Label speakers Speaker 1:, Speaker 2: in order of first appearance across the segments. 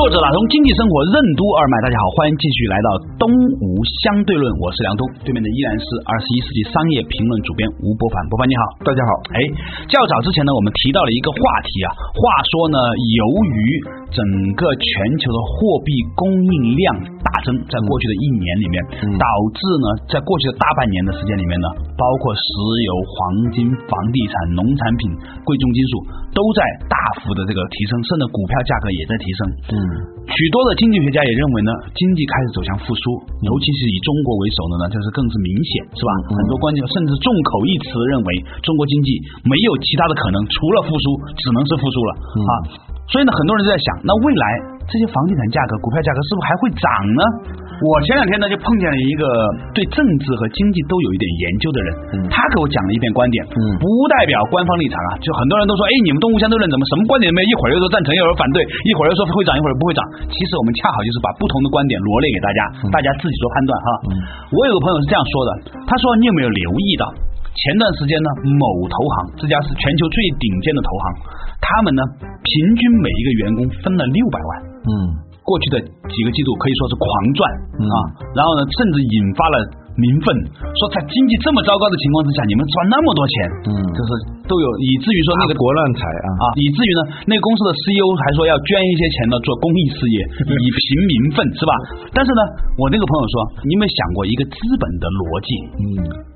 Speaker 1: 作者打通经济生活任督二脉，大家好，欢迎继续来到东吴相对论，我是梁东，对面的依然是二十一世纪商业评论主编吴伯凡，伯凡你好。
Speaker 2: 大家好，
Speaker 1: 哎，较早之前呢，我们提到了一个话题啊，话说呢，由于整个全球的货币供应量大增，在过去的一年里面，
Speaker 2: 嗯
Speaker 1: 导致呢，在过去的大半年的时间里面呢，包括石油、黄金、房地产、农产品、贵重金属都在大幅的这个提升，甚至股票价格也在提升。
Speaker 2: 嗯，
Speaker 1: 许多的经济学家也认为呢，经济开始走向复苏，尤其是以中国为首的呢，这是更是明显，是吧？很多观点甚至众口一词认为，中国经济没有其他的可能，除了复苏，只能是复苏了、啊。所以呢，很多人就在想，那未来这些房地产价格、股票价格是不是还会涨呢？我前两天呢就碰见了一个对政治和经济都有一点研究的人，他给我讲了一遍观点，不代表官方立场啊，就很多人都说，哎，你们东吴相对论怎么什么观点都没有？一会儿又说赞成，一会儿又反对，一会儿又说会涨，一会儿不会涨。其实我们恰好就是把不同的观点罗列给大家，大家自己做判断哈。我有个朋友是这样说的，他说你有没有留意到？前段时间呢，某投行这家是全球最顶尖的投行，他们呢平均每一个员工分了六百万，
Speaker 2: 嗯
Speaker 1: 过去的几个季度可以说是狂赚、啊，然后呢，甚至引发了民愤，说在经济这么糟糕的情况之下，你们赚那么多钱，
Speaker 2: 嗯
Speaker 1: 就是都有，以至于说那个
Speaker 2: 国难财啊，
Speaker 1: 啊，以至于呢，那个公司的 CEO 还说要捐一些钱呢做公益事 业，以平民愤，是吧？但是呢，我那个朋友说，你有没有想过一个资本的逻辑？
Speaker 2: 嗯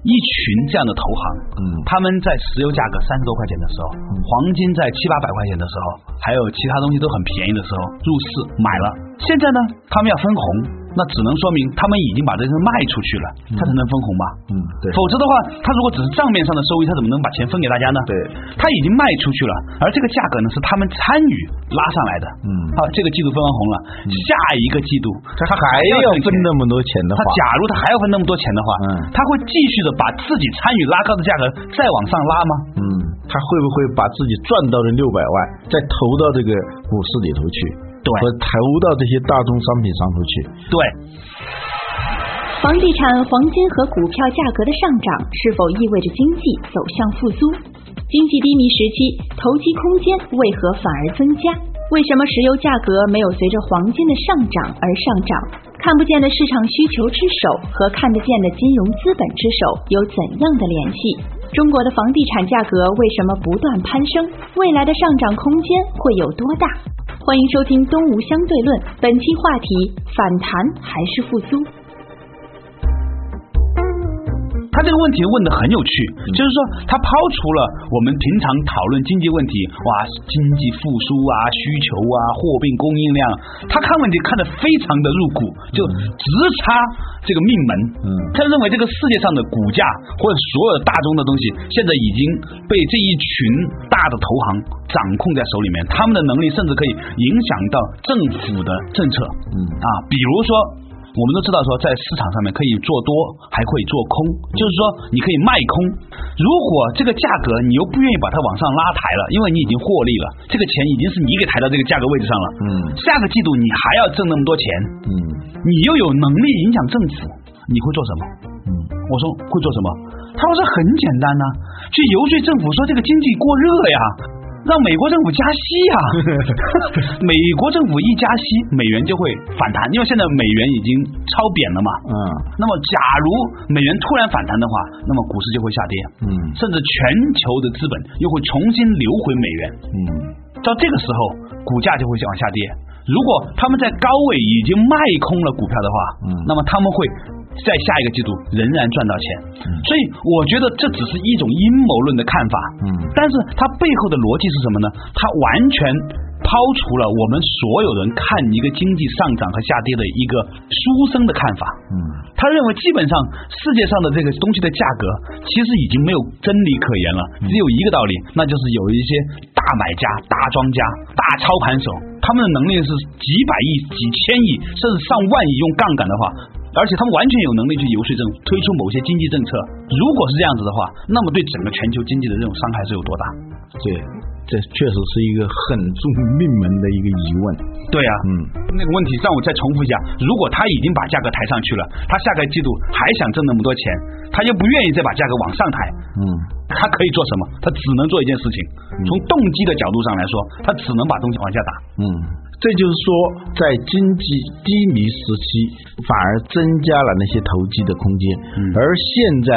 Speaker 1: 一群这样的投行，
Speaker 2: 嗯
Speaker 1: 他们在石油价格三十多块钱的时候，黄金在七八百块钱的时候，还有其他东西都很便宜的时候入市买了，现在呢，他们要分红，那只能说明他们已经把这些卖出去了，他才能分红吧？
Speaker 2: 嗯，对，
Speaker 1: 否则的话，他如果只是账面上的收益，他怎么能把钱分给大家呢？
Speaker 2: 对，
Speaker 1: 他已经卖出去了，而这个价格呢是他们参与拉上来的。
Speaker 2: 嗯
Speaker 1: 好，这个季度分完红了，下一个季度他
Speaker 2: 还要
Speaker 1: 挣
Speaker 2: 分
Speaker 1: 钱
Speaker 2: 那么多钱的
Speaker 1: 他
Speaker 2: 话，
Speaker 1: 假如他还要分那么多钱的话，
Speaker 2: 嗯
Speaker 1: 他会继续的把自己参与拉高的价格再往上拉吗？
Speaker 2: 嗯，他会不会把自己赚到的六百万再投到这个股市里头去？
Speaker 1: 对
Speaker 2: 和投到这些大宗商品上头去？
Speaker 1: 对，
Speaker 3: 房地产、黄金和股票价格的上涨是否意味着经济走向复苏？经济低迷时期，投机空间为何反而增加？为什么石油价格没有随着黄金的上涨而上涨？看不见的市场需求之手和看得见的金融资本之手有怎样的联系？中国的房地产价格为什么不断攀升？未来的上涨空间会有多大？欢迎收听《东吴相对论》，本期话题：反弹还是复苏？
Speaker 1: 他这个问题问的很有趣，
Speaker 2: 嗯
Speaker 1: 就是说他抛除了我们平常讨论经济问题，哇，经济复苏啊、需求啊、货币供应量，他看问题看得非常的入骨，就直插这个命门。
Speaker 2: 嗯
Speaker 1: 他认为这个世界上的股价或者所有大宗的东西，现在已经被这一群大的投行掌控在手里面，他们的能力甚至可以影响到政府的政策。
Speaker 2: 嗯
Speaker 1: 啊，比如说。我们都知道说，在市场上面可以做多，还可以做空，
Speaker 2: 嗯
Speaker 1: 就是说你可以卖空。如果这个价格你又不愿意把它往上拉抬了，因为你已经获利了，这个钱已经是你给抬到这个价格位置上了。
Speaker 2: 嗯
Speaker 1: 下个季度你还要挣那么多钱，
Speaker 2: 嗯
Speaker 1: 你又有能力影响政府，你会做什么？
Speaker 2: 嗯
Speaker 1: 我说会做什么？他说这很简单呐、去游说政府说这个经济过热呀，让美国政府加息呀。美国政府一加息，美元就会反弹，因为现在美元已经超贬了嘛。
Speaker 2: 嗯
Speaker 1: 那么，假如美元突然反弹的话，那么股市就会下跌，
Speaker 2: 嗯
Speaker 1: 甚至全球的资本又会重新流回美元。
Speaker 2: 嗯
Speaker 1: 到这个时候，股价就会往下跌。如果他们在高位已经卖空了股票的话，
Speaker 2: 嗯
Speaker 1: 那么他们会在下一个季度仍然赚到钱。所以我觉得这只是一种阴谋论的看法，
Speaker 2: 嗯
Speaker 1: 但是它背后的逻辑是什么呢？它完全抛除了我们所有人看一个经济上涨和下跌的一个书生的看法。
Speaker 2: 嗯
Speaker 1: 他认为基本上世界上的这个东西的价格其实已经没有真理可言了，只有一个道理，那就是有一些大买家、大庄家、大操盘手，他们的能力是几百亿、几千亿，甚至上万亿用杠杆的话，而且他们完全有能力去游说政府推出某些经济政策。如果是这样子的话，那么对整个全球经济的这种伤害是有多大？
Speaker 2: 对，这确实是一个很重命门的一个疑问。
Speaker 1: 对啊，
Speaker 2: 嗯，
Speaker 1: 那个问题让我再重复一下：如果他已经把价格抬上去了，他下个季度还想挣那么多钱，他又不愿意再把价格往上抬，
Speaker 2: 嗯，
Speaker 1: 他可以做什么？他只能做一件事情。从动机的角度上来说，他只能把东西往下打。
Speaker 2: 嗯，这就是说，在经济低迷时期，反而增加了那些投机的空间，而现在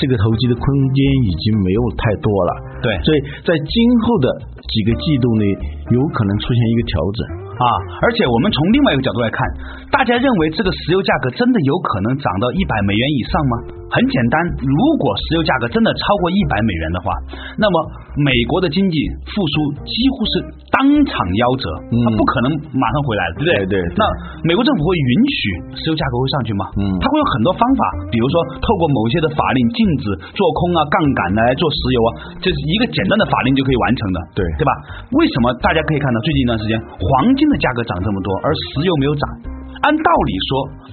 Speaker 2: 这个投机的空间已经没有太多了。
Speaker 1: 对
Speaker 2: 所以在今后的几个季度内，有可能出现一个调整。
Speaker 1: 啊，而且我们从另外一个角度来看，大家认为这个石油价格真的有可能涨到一百美元以上吗？很简单，如果石油价格真的超过一百美元的话，那么美国的经济复苏几乎是当场夭折，
Speaker 2: 嗯
Speaker 1: 它不可能马上回来了，对不对？
Speaker 2: 对对对
Speaker 1: 那美国政府会允许石油价格会上去吗？
Speaker 2: 嗯
Speaker 1: 它会有很多方法，比如说透过某些的法令禁止做空啊、杠杆啊来做石油啊，这是一个简单的法令就可以完成的。
Speaker 2: 对
Speaker 1: 对吧？为什么大家可以看到最近一段时间黄金的价格涨这么多，而石油没有涨？按道理说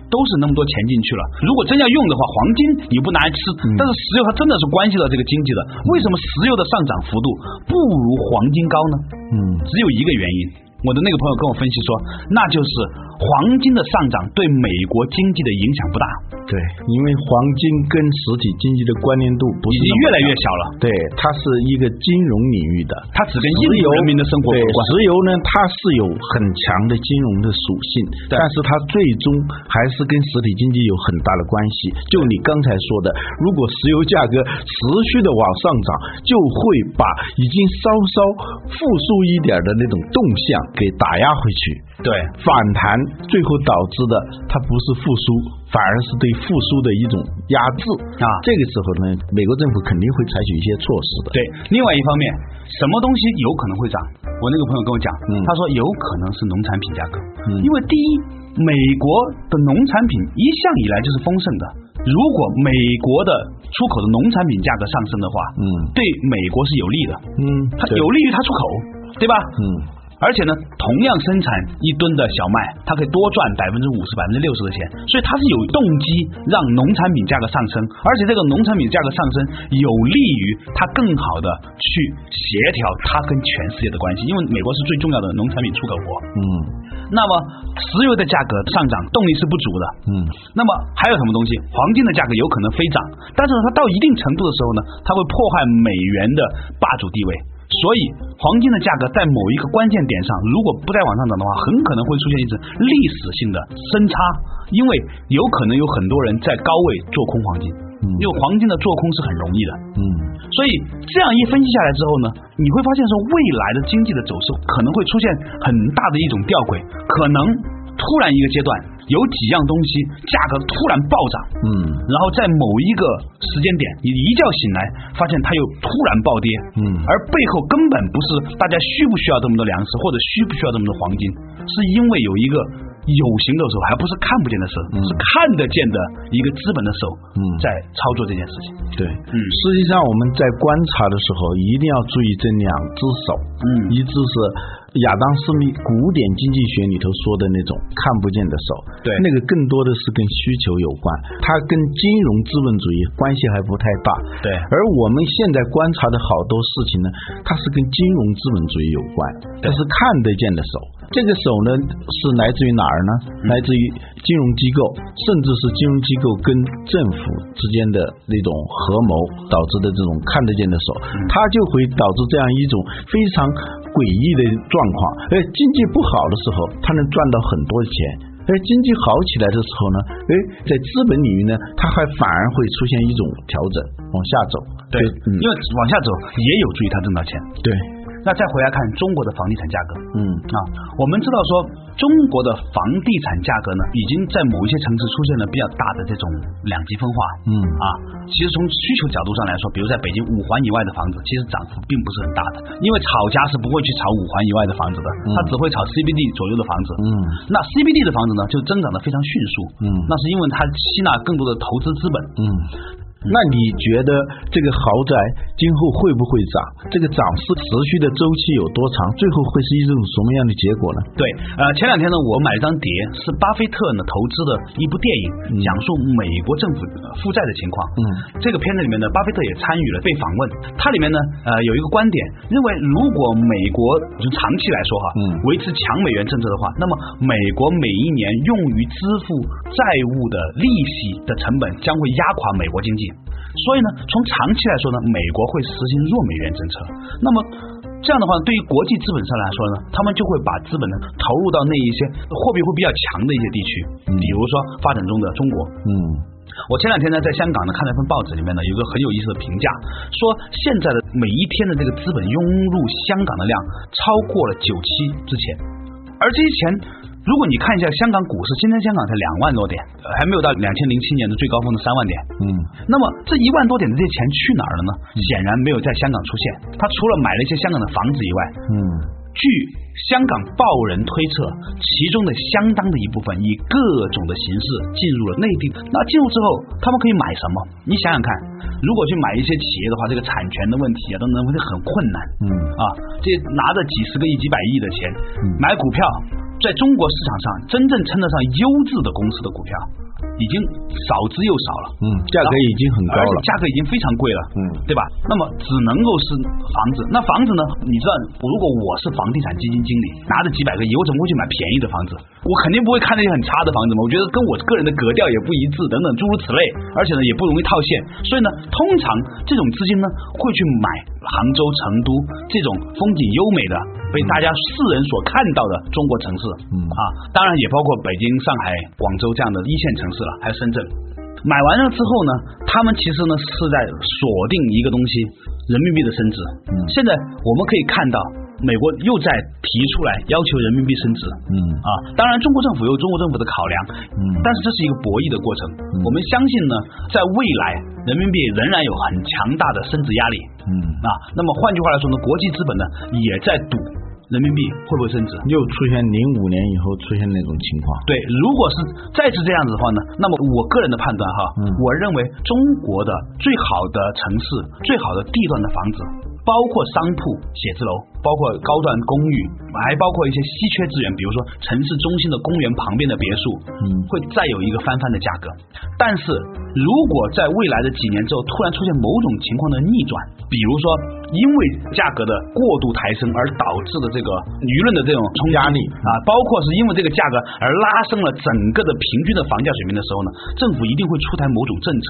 Speaker 1: 都是那么多钱进去了，如果真要用的话，黄金你不拿来吃，
Speaker 2: 嗯
Speaker 1: 但是石油它真的是关系到这个经济的。为什么石油的上涨幅度不如黄金高呢？
Speaker 2: 嗯
Speaker 1: 只有一个原因。我的那个朋友跟我分析说，那就是黄金的上涨对美国经济的影响不大，
Speaker 2: 对，因为黄金跟实体经济的关联度不
Speaker 1: 已
Speaker 2: 是
Speaker 1: 经
Speaker 2: 那么
Speaker 1: 越来越小了。
Speaker 2: 对，它是一个金融领域的，
Speaker 1: 它只跟
Speaker 2: 石
Speaker 1: 印度
Speaker 2: 油
Speaker 1: 人民的生活
Speaker 2: 对
Speaker 1: 有关。
Speaker 2: 石油呢，它是有很强的金融的属性，但是它最终还是跟实体经济有很大的关系。就你刚才说的，如果石油价格持续的往上涨，就会把已经稍稍复苏一点的那种动向给打压回去。
Speaker 1: 对，
Speaker 2: 反弹最后导致的，它不是复苏，反而是对复苏的一种压制
Speaker 1: 啊
Speaker 2: 这个时候呢，美国政府肯定会采取一些措施的。
Speaker 1: 对，另外一方面，什么东西有可能会涨？我那个朋友跟我讲，
Speaker 2: 嗯
Speaker 1: 他说有可能是农产品价格，
Speaker 2: 嗯
Speaker 1: 因为第一，美国的农产品一向以来就是丰盛的。如果美国的出口的农产品价格上升的话，
Speaker 2: 嗯
Speaker 1: 对美国是有利的，
Speaker 2: 嗯，
Speaker 1: 它
Speaker 2: 对
Speaker 1: 有利于它出口，对吧？
Speaker 2: 嗯
Speaker 1: 而且呢，同样生产一吨的小麦，它可以多赚百分之五十、百分之六十的钱，所以它是有动机让农产品价格上升，而且这个农产品价格上升有利于它更好的去协调它跟全世界的关系，因为美国是最重要的农产品出口国。
Speaker 2: 嗯
Speaker 1: 那么石油的价格上涨动力是不足的，
Speaker 2: 嗯
Speaker 1: 那么还有什么东西？黄金的价格有可能飞涨，但是呢，它到一定程度的时候呢，它会破坏美元的霸主地位。所以，黄金的价格在某一个关键点上，如果不再往上涨的话，很可能会出现一次历史性的深差，因为有可能有很多人在高位做空黄金，因为黄金的做空是很容易的。
Speaker 2: 嗯
Speaker 1: 所以这样一分析下来之后呢，你会发现说未来的经济的走势可能会出现很大的一种吊诡，可能突然一个阶段有几样东西价格突然暴涨，
Speaker 2: 嗯，
Speaker 1: 然后在某一个时间点，你一觉醒来发现它又突然暴跌，
Speaker 2: 嗯
Speaker 1: 而背后根本不是大家需不需要这么多粮食，或者需不需要这么多黄金，是因为有一个。有形的手，还不是看不见的手，是看得见的一个资本的手，
Speaker 2: 嗯
Speaker 1: 在操作这件事情。
Speaker 2: 对。实际上我们在观察的时候，一定要注意这两只手，
Speaker 1: 嗯
Speaker 2: 一只是亚当斯密古典经济学里头说的那种看不见的手，
Speaker 1: 对
Speaker 2: 那个更多的是跟需求有关，它跟金融资本主义关系还不太大，
Speaker 1: 对
Speaker 2: 而我们现在观察的好多事情呢，它是跟金融资本主义有关，它是看得见的手。这个手呢，是来自于哪儿呢？来自于金融机构，甚至是金融机构跟政府之间的那种合谋导致的这种看得见的手，它就会导致这样一种非常诡异的状况。而经济不好的时候，它能赚到很多钱。而哎经济好起来的时候呢，哎，在资本领域呢，它还反而会出现一种调整，往下走。
Speaker 1: 对，
Speaker 2: 就嗯，
Speaker 1: 因为往下走也有助于他挣到钱。
Speaker 2: 对，
Speaker 1: 那再回来看中国的房地产价格
Speaker 2: 嗯
Speaker 1: 啊，我们知道说中国的房地产价格呢，已经在某一些城市出现了比较大的这种两极分化。
Speaker 2: 嗯
Speaker 1: 啊，其实从需求角度上来说，比如在北京五环以外的房子，其实涨幅并不是很大的，因为炒家是不会去炒五环以外的房子的，他只会炒 CBD 左右的房子。
Speaker 2: 嗯
Speaker 1: 那 CBD 的房子呢，就增长的非常迅速。
Speaker 2: 嗯
Speaker 1: 那是因为它吸纳更多的投资资本。
Speaker 2: 嗯
Speaker 1: 但
Speaker 2: 那你觉得这个豪宅今后会不会涨？这个涨势持续的周期有多长？最后会是一种什么样的结果呢？
Speaker 1: 对，呃，前两天呢，我买了张碟，是巴菲特呢投资的一部电影，讲述美国政府呃负债的情况。
Speaker 2: 嗯，
Speaker 1: 这个片子里面呢，巴菲特也参与了被访问。它里面呢，呃，有一个观点，认为如果美国从长期来说哈，
Speaker 2: 嗯
Speaker 1: 维持强美元政策的话，那么美国每一年用于支付债务的利息的成本将会压垮美国经济。所以呢，从长期来说呢，美国会实行弱美元政策。那么这样的话，对于国际资本上来说呢，他们就会把资本呢投入到那一些货币会比较强的一些地区，比如说发展中的中国，
Speaker 2: 嗯
Speaker 1: 我前两天呢，在香港呢看了一份报纸，里面呢有一个很有意思的评价，说现在的每一天的这个资本涌入香港的量超过了九七之前，而这些钱。如果你看一下香港股市，今天香港才两万多点，呃还没有到两千零七年的最高峰的三万点。
Speaker 2: 嗯
Speaker 1: 那么这一万多点的这些钱去哪儿了呢？显然没有在香港出现。他除了买了一些香港的房子以外，
Speaker 2: 嗯
Speaker 1: 据香港报人推测，其中的相当的一部分以各种的形式进入了内地。那进入之后，他们可以买什么？你想想看，如果去买一些企业的话，这个产权的问题啊，等等会很困难。
Speaker 2: 嗯
Speaker 1: 啊，这拿着几十个亿、几百亿的钱买股票，在中国市场上真正称得上优质的公司的股票，已经少之又少了。啊
Speaker 2: 嗯，价格已经很高
Speaker 1: 而且
Speaker 2: 了。
Speaker 1: 价格已经非常贵了，
Speaker 2: 嗯
Speaker 1: 对吧？那么只能够是房子。那房子呢？你知道，如果我是房地产基金经理，拿着几百个亿，我怎么会去买便宜的房子？我肯定不会看那些很差的房子嘛。我觉得跟我个人的格调也不一致，等等诸如此类，而且呢也不容易套现。所以呢，通常这种资金呢会去买杭州、成都这种风景优美的。被大家世人所看到的中国城市，
Speaker 2: 嗯
Speaker 1: 啊，当然也包括北京、上海、广州这样的一线城市了，还有深圳。买完了之后呢，他们其实呢是在锁定一个东西，人民币的升值。
Speaker 2: 嗯
Speaker 1: 现在我们可以看到，美国又在提出来要求人民币升值。
Speaker 2: 嗯
Speaker 1: 啊，当然中国政府有中国政府的考量，
Speaker 2: 嗯
Speaker 1: 但是这是一个博弈的过程。我们相信呢，在未来人民币仍然有很强大的升值压力。
Speaker 2: 嗯，
Speaker 1: 啊，那么换句话来说呢，国际资本呢也在赌人民币会不会升值。
Speaker 2: 又出现零五年以后出现那种情况。
Speaker 1: 对，如果是再是这样子的话呢，那么我个人的判断哈，
Speaker 2: 嗯
Speaker 1: 我认为中国的最好的城市、最好的地段的房子，包括商铺、写字楼，包括高段公寓，还包括一些稀缺资源，比如说城市中心的公园旁边的别墅，
Speaker 2: 嗯
Speaker 1: 会再有一个翻番的价格。但是如果在未来的几年之后突然出现某种情况的逆转，比如说因为价格的过度抬升而导致的这个舆论的这种冲压力啊，包括是因为这个价格而拉升了整个的平均的房价水平的时候呢，政府一定会出台某种政策，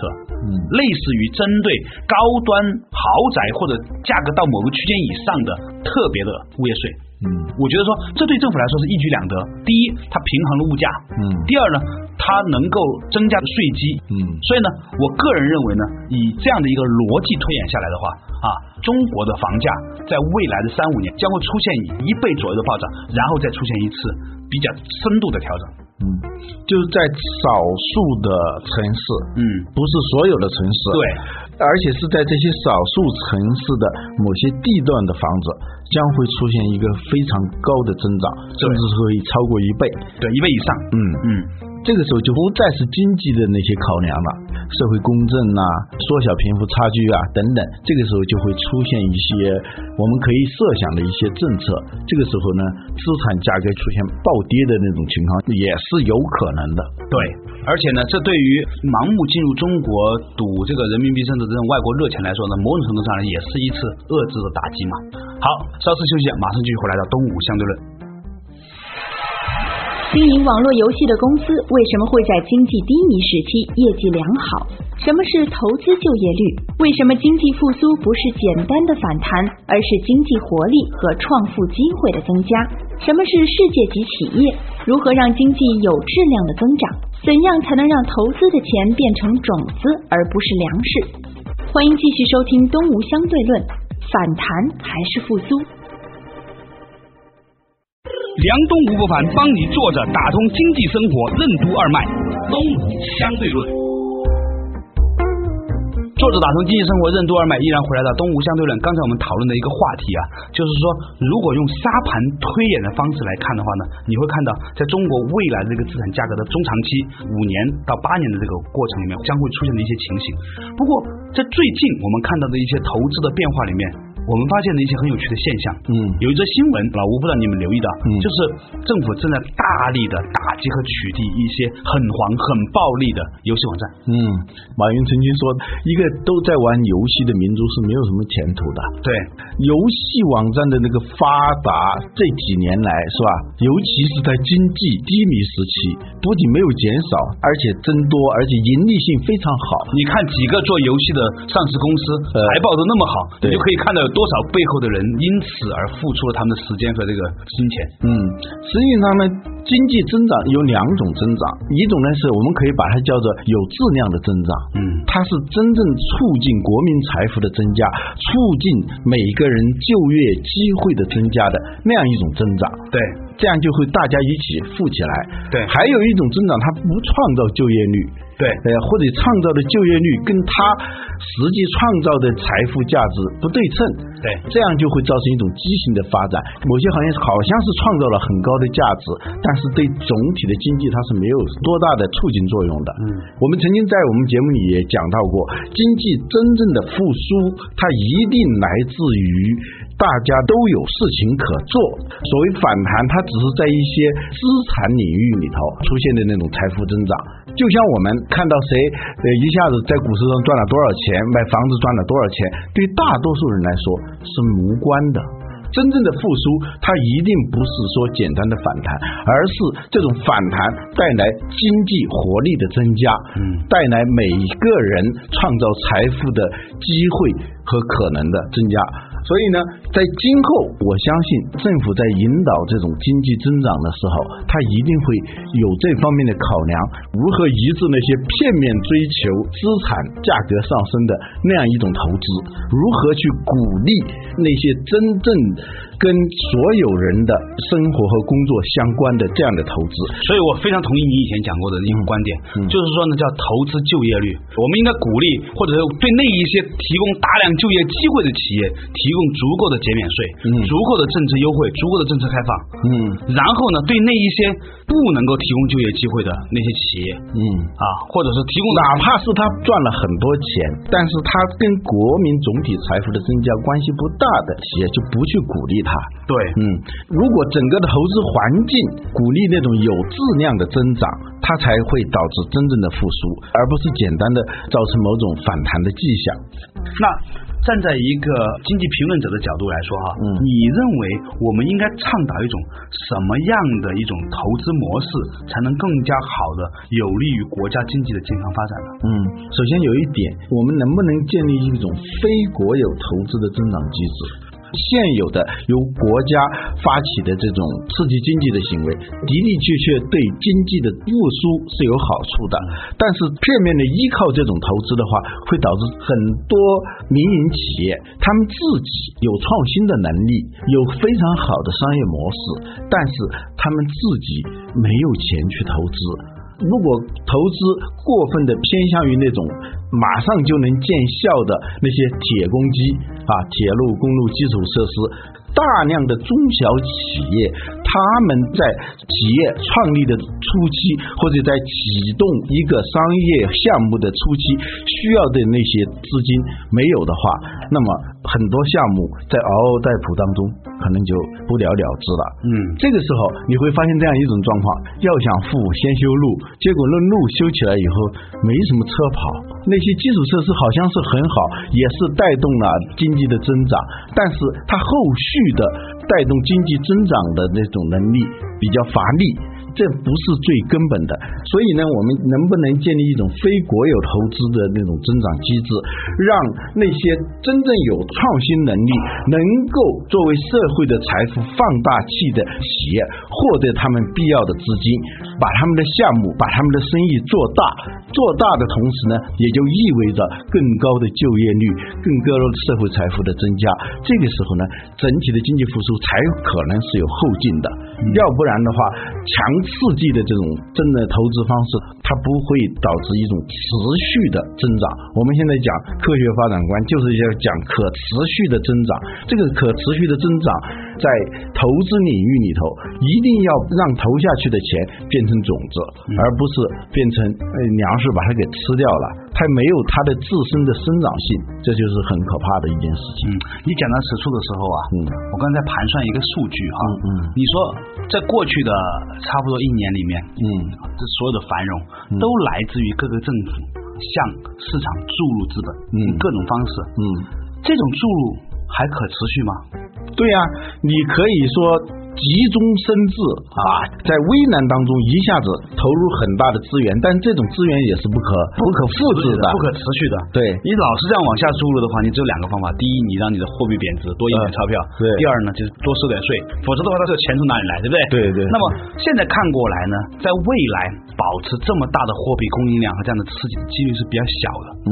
Speaker 2: 嗯
Speaker 1: 类似于针对高端豪宅或者价格到某个区间以上的特别的物业税。
Speaker 2: 嗯
Speaker 1: 我觉得说，这对政府来说是一举两得。第一，它平衡了物价；
Speaker 2: 嗯
Speaker 1: 第二呢，它能够增加税基。
Speaker 2: 嗯
Speaker 1: 所以呢，我个人认为呢，以这样的一个逻辑推演下来的话，啊，中国的房价在未来的三五年将会出现一倍左右的暴涨，然后再出现一次比较深度的调整。
Speaker 2: 嗯，就是在少数的城市，
Speaker 1: 嗯，
Speaker 2: 不是所有的城市，
Speaker 1: 对，
Speaker 2: 而且是在这些少数城市的某些地段的房子将会出现一个非常高的增长，甚至会超过一倍。
Speaker 1: 对，一倍以上。
Speaker 2: 嗯，
Speaker 1: 嗯，
Speaker 2: 这个时候就不再是经济的那些考量了，社会公正呐、缩小贫富差距啊等等，这个时候就会出现一些我们可以设想的一些政策。这个时候呢，资产价格出现暴跌的那种情况也是有可能的。
Speaker 1: 对，而且呢，这对于盲目进入中国赌这个人民币甚至这种外国热钱来说呢，某种程度上呢也是一次遏制的打击嘛。好，稍事休息，啊马上继续回来到东吴相对论。
Speaker 3: 经营网络游戏的公司为什么会在经济低迷时期业绩良好？什么是投资就业率？为什么经济复苏不是简单的反弹，而是经济活力和创富机会的增加？什么是世界级企业？如何让经济有质量的增长？怎样才能让投资的钱变成种子而不是粮食？欢迎继续收听《东吴相对论》，反弹还是复苏？
Speaker 4: 梁东吴不凡帮你坐着打通经济生活任督二脉，东吴相对论。
Speaker 1: 作者打通经济生活任督二脉，依然回来了。东吴相对论，刚才我们讨论的一个话题啊，就是说，如果用沙盘推演的方式来看的话呢，你会看到，在中国未来这个资产价格的中长期五年到八年的这个过程里面，将会出现的一些情形。不过，在最近我们看到的一些投资的变化里面，我们发现了一些很有趣的现象。
Speaker 2: 嗯
Speaker 1: 有一则新闻，老吴不知道你们留意到，
Speaker 2: 嗯
Speaker 1: 就是政府正在大力的打击和取缔一些很黄、很暴力的游戏网站。
Speaker 2: 嗯，马云曾经说，一个都在玩游戏的民族是没有什么前途的。
Speaker 1: 对，
Speaker 2: 游戏网站的那个发达，这几年来是吧？尤其是在经济低迷时期，不仅没有减少，而且增多，而且盈利性非常好。
Speaker 1: 你看几个做游戏的上市公司
Speaker 2: 呃
Speaker 1: 财报都那么好，你就
Speaker 2: 对
Speaker 1: 可以看到有多少背后的人因此而付出了他们的时间和这个金钱。
Speaker 2: 嗯，实际上呢，经济增长有两种增长，一种呢是我们可以把它叫做有质量的增长，
Speaker 1: 嗯
Speaker 2: 它是真正促进国民财富的增加，促进每个人就业机会的增加的那样一种增长。
Speaker 1: 对，
Speaker 2: 这样就会大家一起富起来。
Speaker 1: 对
Speaker 2: 还有一种增长，它不创造就业率，
Speaker 1: 对
Speaker 2: 呃，或者创造的就业率跟它实际创造的财富价值不对称，
Speaker 1: 对
Speaker 2: 这样就会造成一种畸形的发展。某些行业好像是创造了很高的价值，但是对总体的经济它是没有多大的促进作用的。嗯，我们曾经在我们节目里也讲到过，经济真正的复苏，它一定来自于大家都有事情可做。所谓反弹，它只是在一些资产领域里头出现的那种财富增长。就像我们看到谁呃一下子在股市上赚了多少钱，买房子赚了多少钱，对大多数人来说是无关的。真正的复苏，它一定不是说简单的反弹，而是这种反弹带来经济活力的增加，带来每个人创造财富的机会和可能的增加。所以呢，在今后，我相信政府在引导这种经济增长的时候，它一定会有这方面的考量，如何抑制那些片面追求资产价格上升的那样一种投资，如何去鼓励那些真正跟所有人的生活和工作相关的这样的投资。
Speaker 1: 所以我非常同意你以前讲过的一个观点，
Speaker 2: 嗯
Speaker 1: 就是说呢，叫投资就业率，我们应该鼓励或者是对那一些提供大量就业机会的企业提供足够的减免税、
Speaker 2: 嗯
Speaker 1: 足够的政策优惠、足够的政策开放。
Speaker 2: 嗯
Speaker 1: 然后呢，对那一些不能够提供就业机会的那些企业
Speaker 2: 嗯。
Speaker 1: 啊，或者是提供
Speaker 2: 哪怕是他赚了很多钱，但是他跟国民总体财富的增加关系不大的企业，就不去鼓励他。
Speaker 1: 对，
Speaker 2: 嗯，如果整个的投资环境鼓励那种有质量的增长，它才会导致真正的复苏，而不是简单的造成某种反弹的迹象。
Speaker 1: 那站在一个经济评论者的角度来说哈、
Speaker 2: 嗯
Speaker 1: 你认为我们应该倡导一种什么样的一种投资模式，才能更加好的有利于国家经济的健康发展呢？
Speaker 2: 嗯，首先有一点，我们能不能建立一种非国有投资的增长机制？现有的由国家发起的这种刺激经济的行为，的的确确对经济的复苏是有好处的。但是片面的依靠这种投资的话，会导致很多民营企业他们自己有创新的能力，有非常好的商业模式，但是他们自己没有钱去投资。如果投资过分的偏向于那种马上就能见效的那些铁公鸡啊、铁路、公路基础设施，大量的中小企业，他们在企业创立的初期，或者在启动一个商业项目的初期需要的那些资金没有的话，那么很多项目在嗷嗷待哺当中，可能就不了了之了。
Speaker 1: 嗯
Speaker 2: 这个时候你会发现这样一种状况：要想富，先修路。结果那路修起来以后，没什么车跑，那些基础设施好像是很好，也是带动了经济的增长，但是它后续的带动经济增长的那种能力比较乏力。这不是最根本的。所以呢，我们能不能建立一种非国有投资的那种增长机制，让那些真正有创新能力、能够作为社会的财富放大器的企业，获得他们必要的资金，把他们的项目、把他们的生意做大，做大的同时呢，也就意味着更高的就业率、更高的社会财富的增加。这个时候呢，整体的经济复苏才可能是有后劲的。要不然的话，强刺激的这种真的投资方式，它不会导致一种持续的增长。我们现在讲科学发展观，就是要讲可持续的增长。这个可持续的增长，在投资领域里头，一定要让投下去的钱变成种子，而不是变成呃粮食把它给吃掉了。它没有它的自身的生长性，这就是很可怕的一件事
Speaker 1: 嗯，
Speaker 2: 情。
Speaker 1: 你讲到此处的时候啊，
Speaker 2: 嗯
Speaker 1: 我刚才盘算一个数据哈、
Speaker 2: 嗯嗯
Speaker 1: 你说在过去的差不多一年里面，
Speaker 2: 嗯
Speaker 1: 这所有的繁荣都来自于各个政府向市场注入资本，以
Speaker 2: 嗯
Speaker 1: 各种方式，
Speaker 2: 嗯，
Speaker 1: 这种注入还可持续吗？
Speaker 2: 对呀、你可以说急中生智啊，在危难当中一下子投入很大的资源，但这种资源也是不可不可复制的，
Speaker 1: 不可持续的。
Speaker 2: 对
Speaker 1: 你老是这样往下注入的话，你只有两个方法：第一，你让你的货币贬值，多印点
Speaker 2: 嗯
Speaker 1: 钞票；
Speaker 2: 对
Speaker 1: 第二呢，就是多收点税，否则的话，它这钱从哪里来，对不对？
Speaker 2: 对对
Speaker 1: 那么现在看过来呢，在未来保持这么大的货币供应量和这样的刺激的几率是比较小的。
Speaker 2: 嗯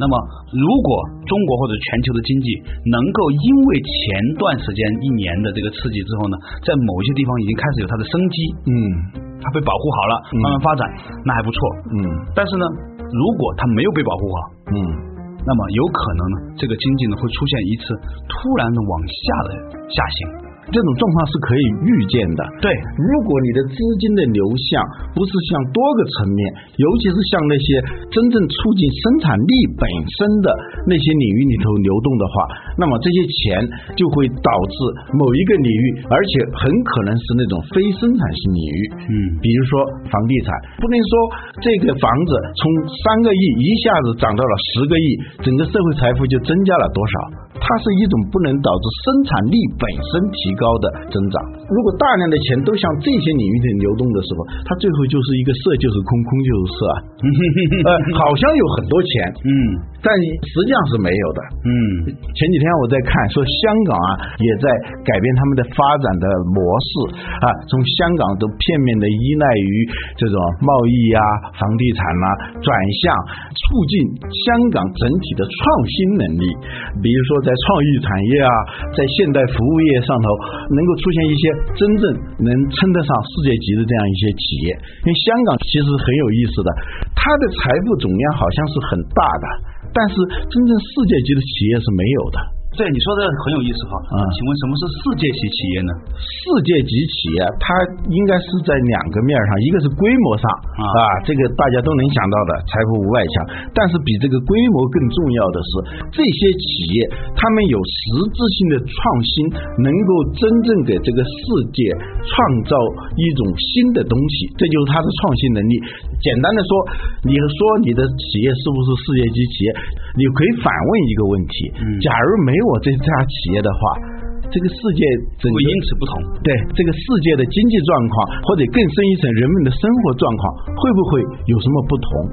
Speaker 1: 那么，如果中国或者全球的经济能够因为前段时间一年的这个刺激之后呢，在某一些地方已经开始有它的生机，
Speaker 2: 嗯
Speaker 1: 它被保护好了，慢慢发展，那还不错。
Speaker 2: 嗯
Speaker 1: 但是呢，如果它没有被保护好，
Speaker 2: 嗯，
Speaker 1: 那么有可能呢，这个经济呢会出现一次突然的往下的下行。
Speaker 2: 这种状况是可以预见的。
Speaker 1: 对，
Speaker 2: 如果你的资金的流向不是向多个层面，尤其是向那些真正促进生产力本身的那些领域里头流动的话，那么这些钱就会导致某一个领域，而且很可能是那种非生产性领域，
Speaker 1: 嗯
Speaker 2: 比如说房地产，不能说这个房子从三个亿一下子涨到了十个亿，整个社会财富就增加了多少？它是一种不能导致生产力本身提高的增长。如果大量的钱都向这些领域里流动的时候，它最后就是一个色就是空，空就是色啊。呃，好像有很多钱，
Speaker 1: 嗯
Speaker 2: 但实际上是没有的。
Speaker 1: 嗯
Speaker 2: 前几天我在看，说香港啊也在改变他们的发展的模式啊，从香港都片面的依赖于这种贸易啊、房地产呐、转向促进香港整体的创新能力，比如说在创意产业啊，在现代服务业上头能够出现一些真正能称得上世界级的这样一些企业。因为香港其实很有意思的，它的财富总量好像是很大的。但是真正世界级的企业是没有的。
Speaker 1: 对，你说的很有意思哈。
Speaker 2: 嗯
Speaker 1: 请问什么是世界级企业呢？
Speaker 2: 世界级企业，它应该是在两个面上，一个是规模上
Speaker 1: 啊
Speaker 2: 啊，这个大家都能想到的财富五百强。但是比这个规模更重要的是，这些企业他们有实质性的创新，能够真正给这个世界创造一种新的东西，这就是它的创新能力。简单的说，你说你的企业是不是世界级企业？你可以反问一个问题：
Speaker 1: 嗯
Speaker 2: 假如没我这家企业的话。这个世界整
Speaker 1: 会
Speaker 2: 个
Speaker 1: 因此不同。
Speaker 2: 对这个世界的经济状况，或者更深一层人们的生活状况，会不会有什么不同？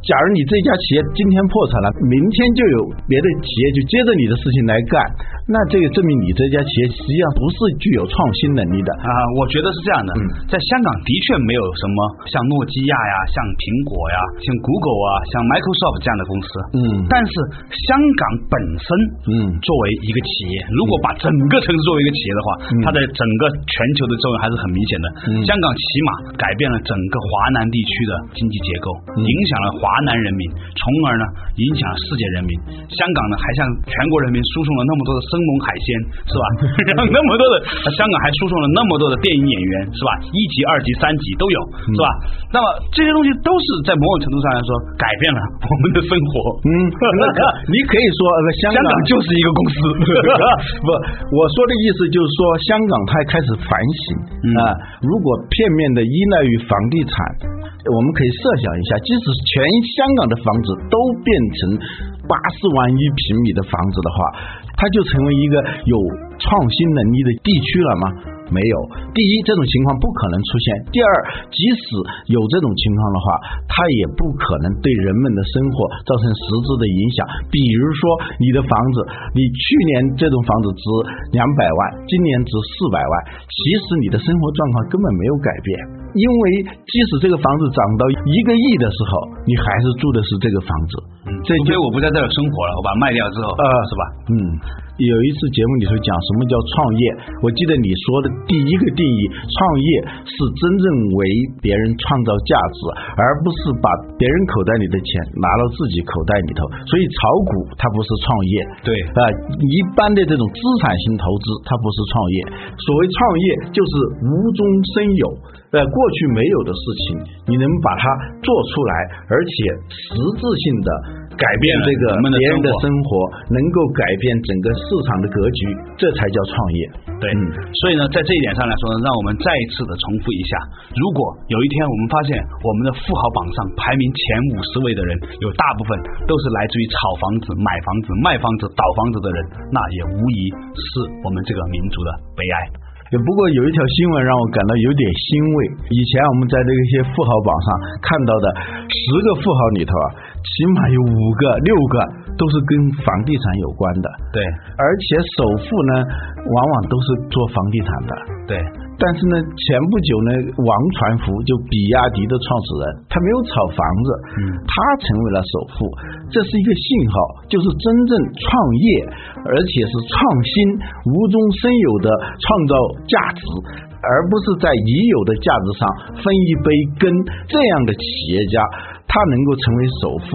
Speaker 2: 假如你这家企业今天破产了，明天就有别的企业就接着你的事情来干，那这个证明你这家企业实际上不是具有创新能力的。
Speaker 1: 啊、我觉得是这样的，在香港的确没有什么像诺基亚呀、像苹果呀、像 Google 啊、像 Microsoft 这样的公司。
Speaker 2: 嗯
Speaker 1: 但是香港本身，
Speaker 2: 嗯
Speaker 1: 作为一个企业，如果把整个城市作为一个企业的话，
Speaker 2: 嗯
Speaker 1: 它在整个全球的作用还是很明显的。香港起码改变了整个华南地区的经济结构，
Speaker 2: 嗯
Speaker 1: 影响了华南人民，从而呢影响了世界人民。香港呢还向全国人民输送了那么多的生猛海鲜，是 吧？让那么多的香港还输送了那么多的电影演员，是吧？一级、二级、三级都有，是吧？
Speaker 2: 嗯
Speaker 1: 那么这些东西都是在某种程度上来说改变了我们的生活。
Speaker 2: 嗯，那可你可以说呃香
Speaker 1: 香
Speaker 2: 港
Speaker 1: 港就是一个公 司，
Speaker 2: 不，我说的意思就是说，香港它开始反省
Speaker 1: 嗯
Speaker 2: 啊、如果片面的依赖于房地产，我们可以设想一下，即使全香港的房子都变成八十万一平米的房子的话，它就成为一个有创新能力的地区了吗？没有。第一，这种情况不可能出现；第二，即使有这种情况的话，它也不可能对人们的生活造成实质的影响。比如说，你的房子，你去年这种房子值两百万，今年值四百万，其实你的生活状况根本没有改变。因为即使这个房子涨到一个亿的时候，你还是住的是这个房子，这
Speaker 1: 除非
Speaker 2: 就
Speaker 1: 我不在这儿生活了，我把它卖掉之后，
Speaker 2: 呃
Speaker 1: 是吧？
Speaker 2: 嗯。有一次节目里头讲什么叫创业，我记得你说的第一个定义，创业是真正为别人创造价值，而不是把别人口袋里的钱拿到自己口袋里头。所以炒股它不是创业，
Speaker 1: 对
Speaker 2: 啊、一般的这种资产型投资，它不是创业。所谓创业，就是无中生有，呃，过去没有的事情，你能把它做出来，而且实质性的改变
Speaker 1: 变了
Speaker 2: 这个
Speaker 1: 人们的
Speaker 2: 别人的
Speaker 1: 生活
Speaker 2: 生活，能够改变整个市场的格局，这才叫创业。
Speaker 1: 对，
Speaker 2: 嗯
Speaker 1: 所以呢，在这一点上来说呢，让我们再一次的重复一下：如果有一天我们发现我们的富豪榜上排名前五十位的人，有大部分都是来自于炒房子、买房子、卖房子、倒房子的人，那也无疑是我们这个民族的悲哀。
Speaker 2: 也不过有一条新闻让我感到有点欣慰。以前我们在这个一些富豪榜上看到的十个富豪里头啊，起码有五个、六个都是跟房地产有关的。
Speaker 1: 对
Speaker 2: 而且首富呢，往往都是做房地产的。
Speaker 1: 对，
Speaker 2: 但是呢，前不久呢，王传福就比亚迪的创始人，他没有炒房子，他成为了首富，这是一个信号，就是真正创业，而且是创新、无中生有的创造价值，而不是在已有的价值上分一杯羹。这样的企业家，他能够成为首富，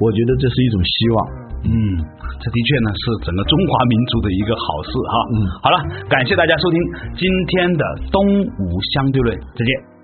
Speaker 2: 我觉得这是一种希望。
Speaker 1: 嗯，这的确呢是整个中华民族的一个好事哈。嗯，好了，感谢大家收听今天的东吴相对论，再见。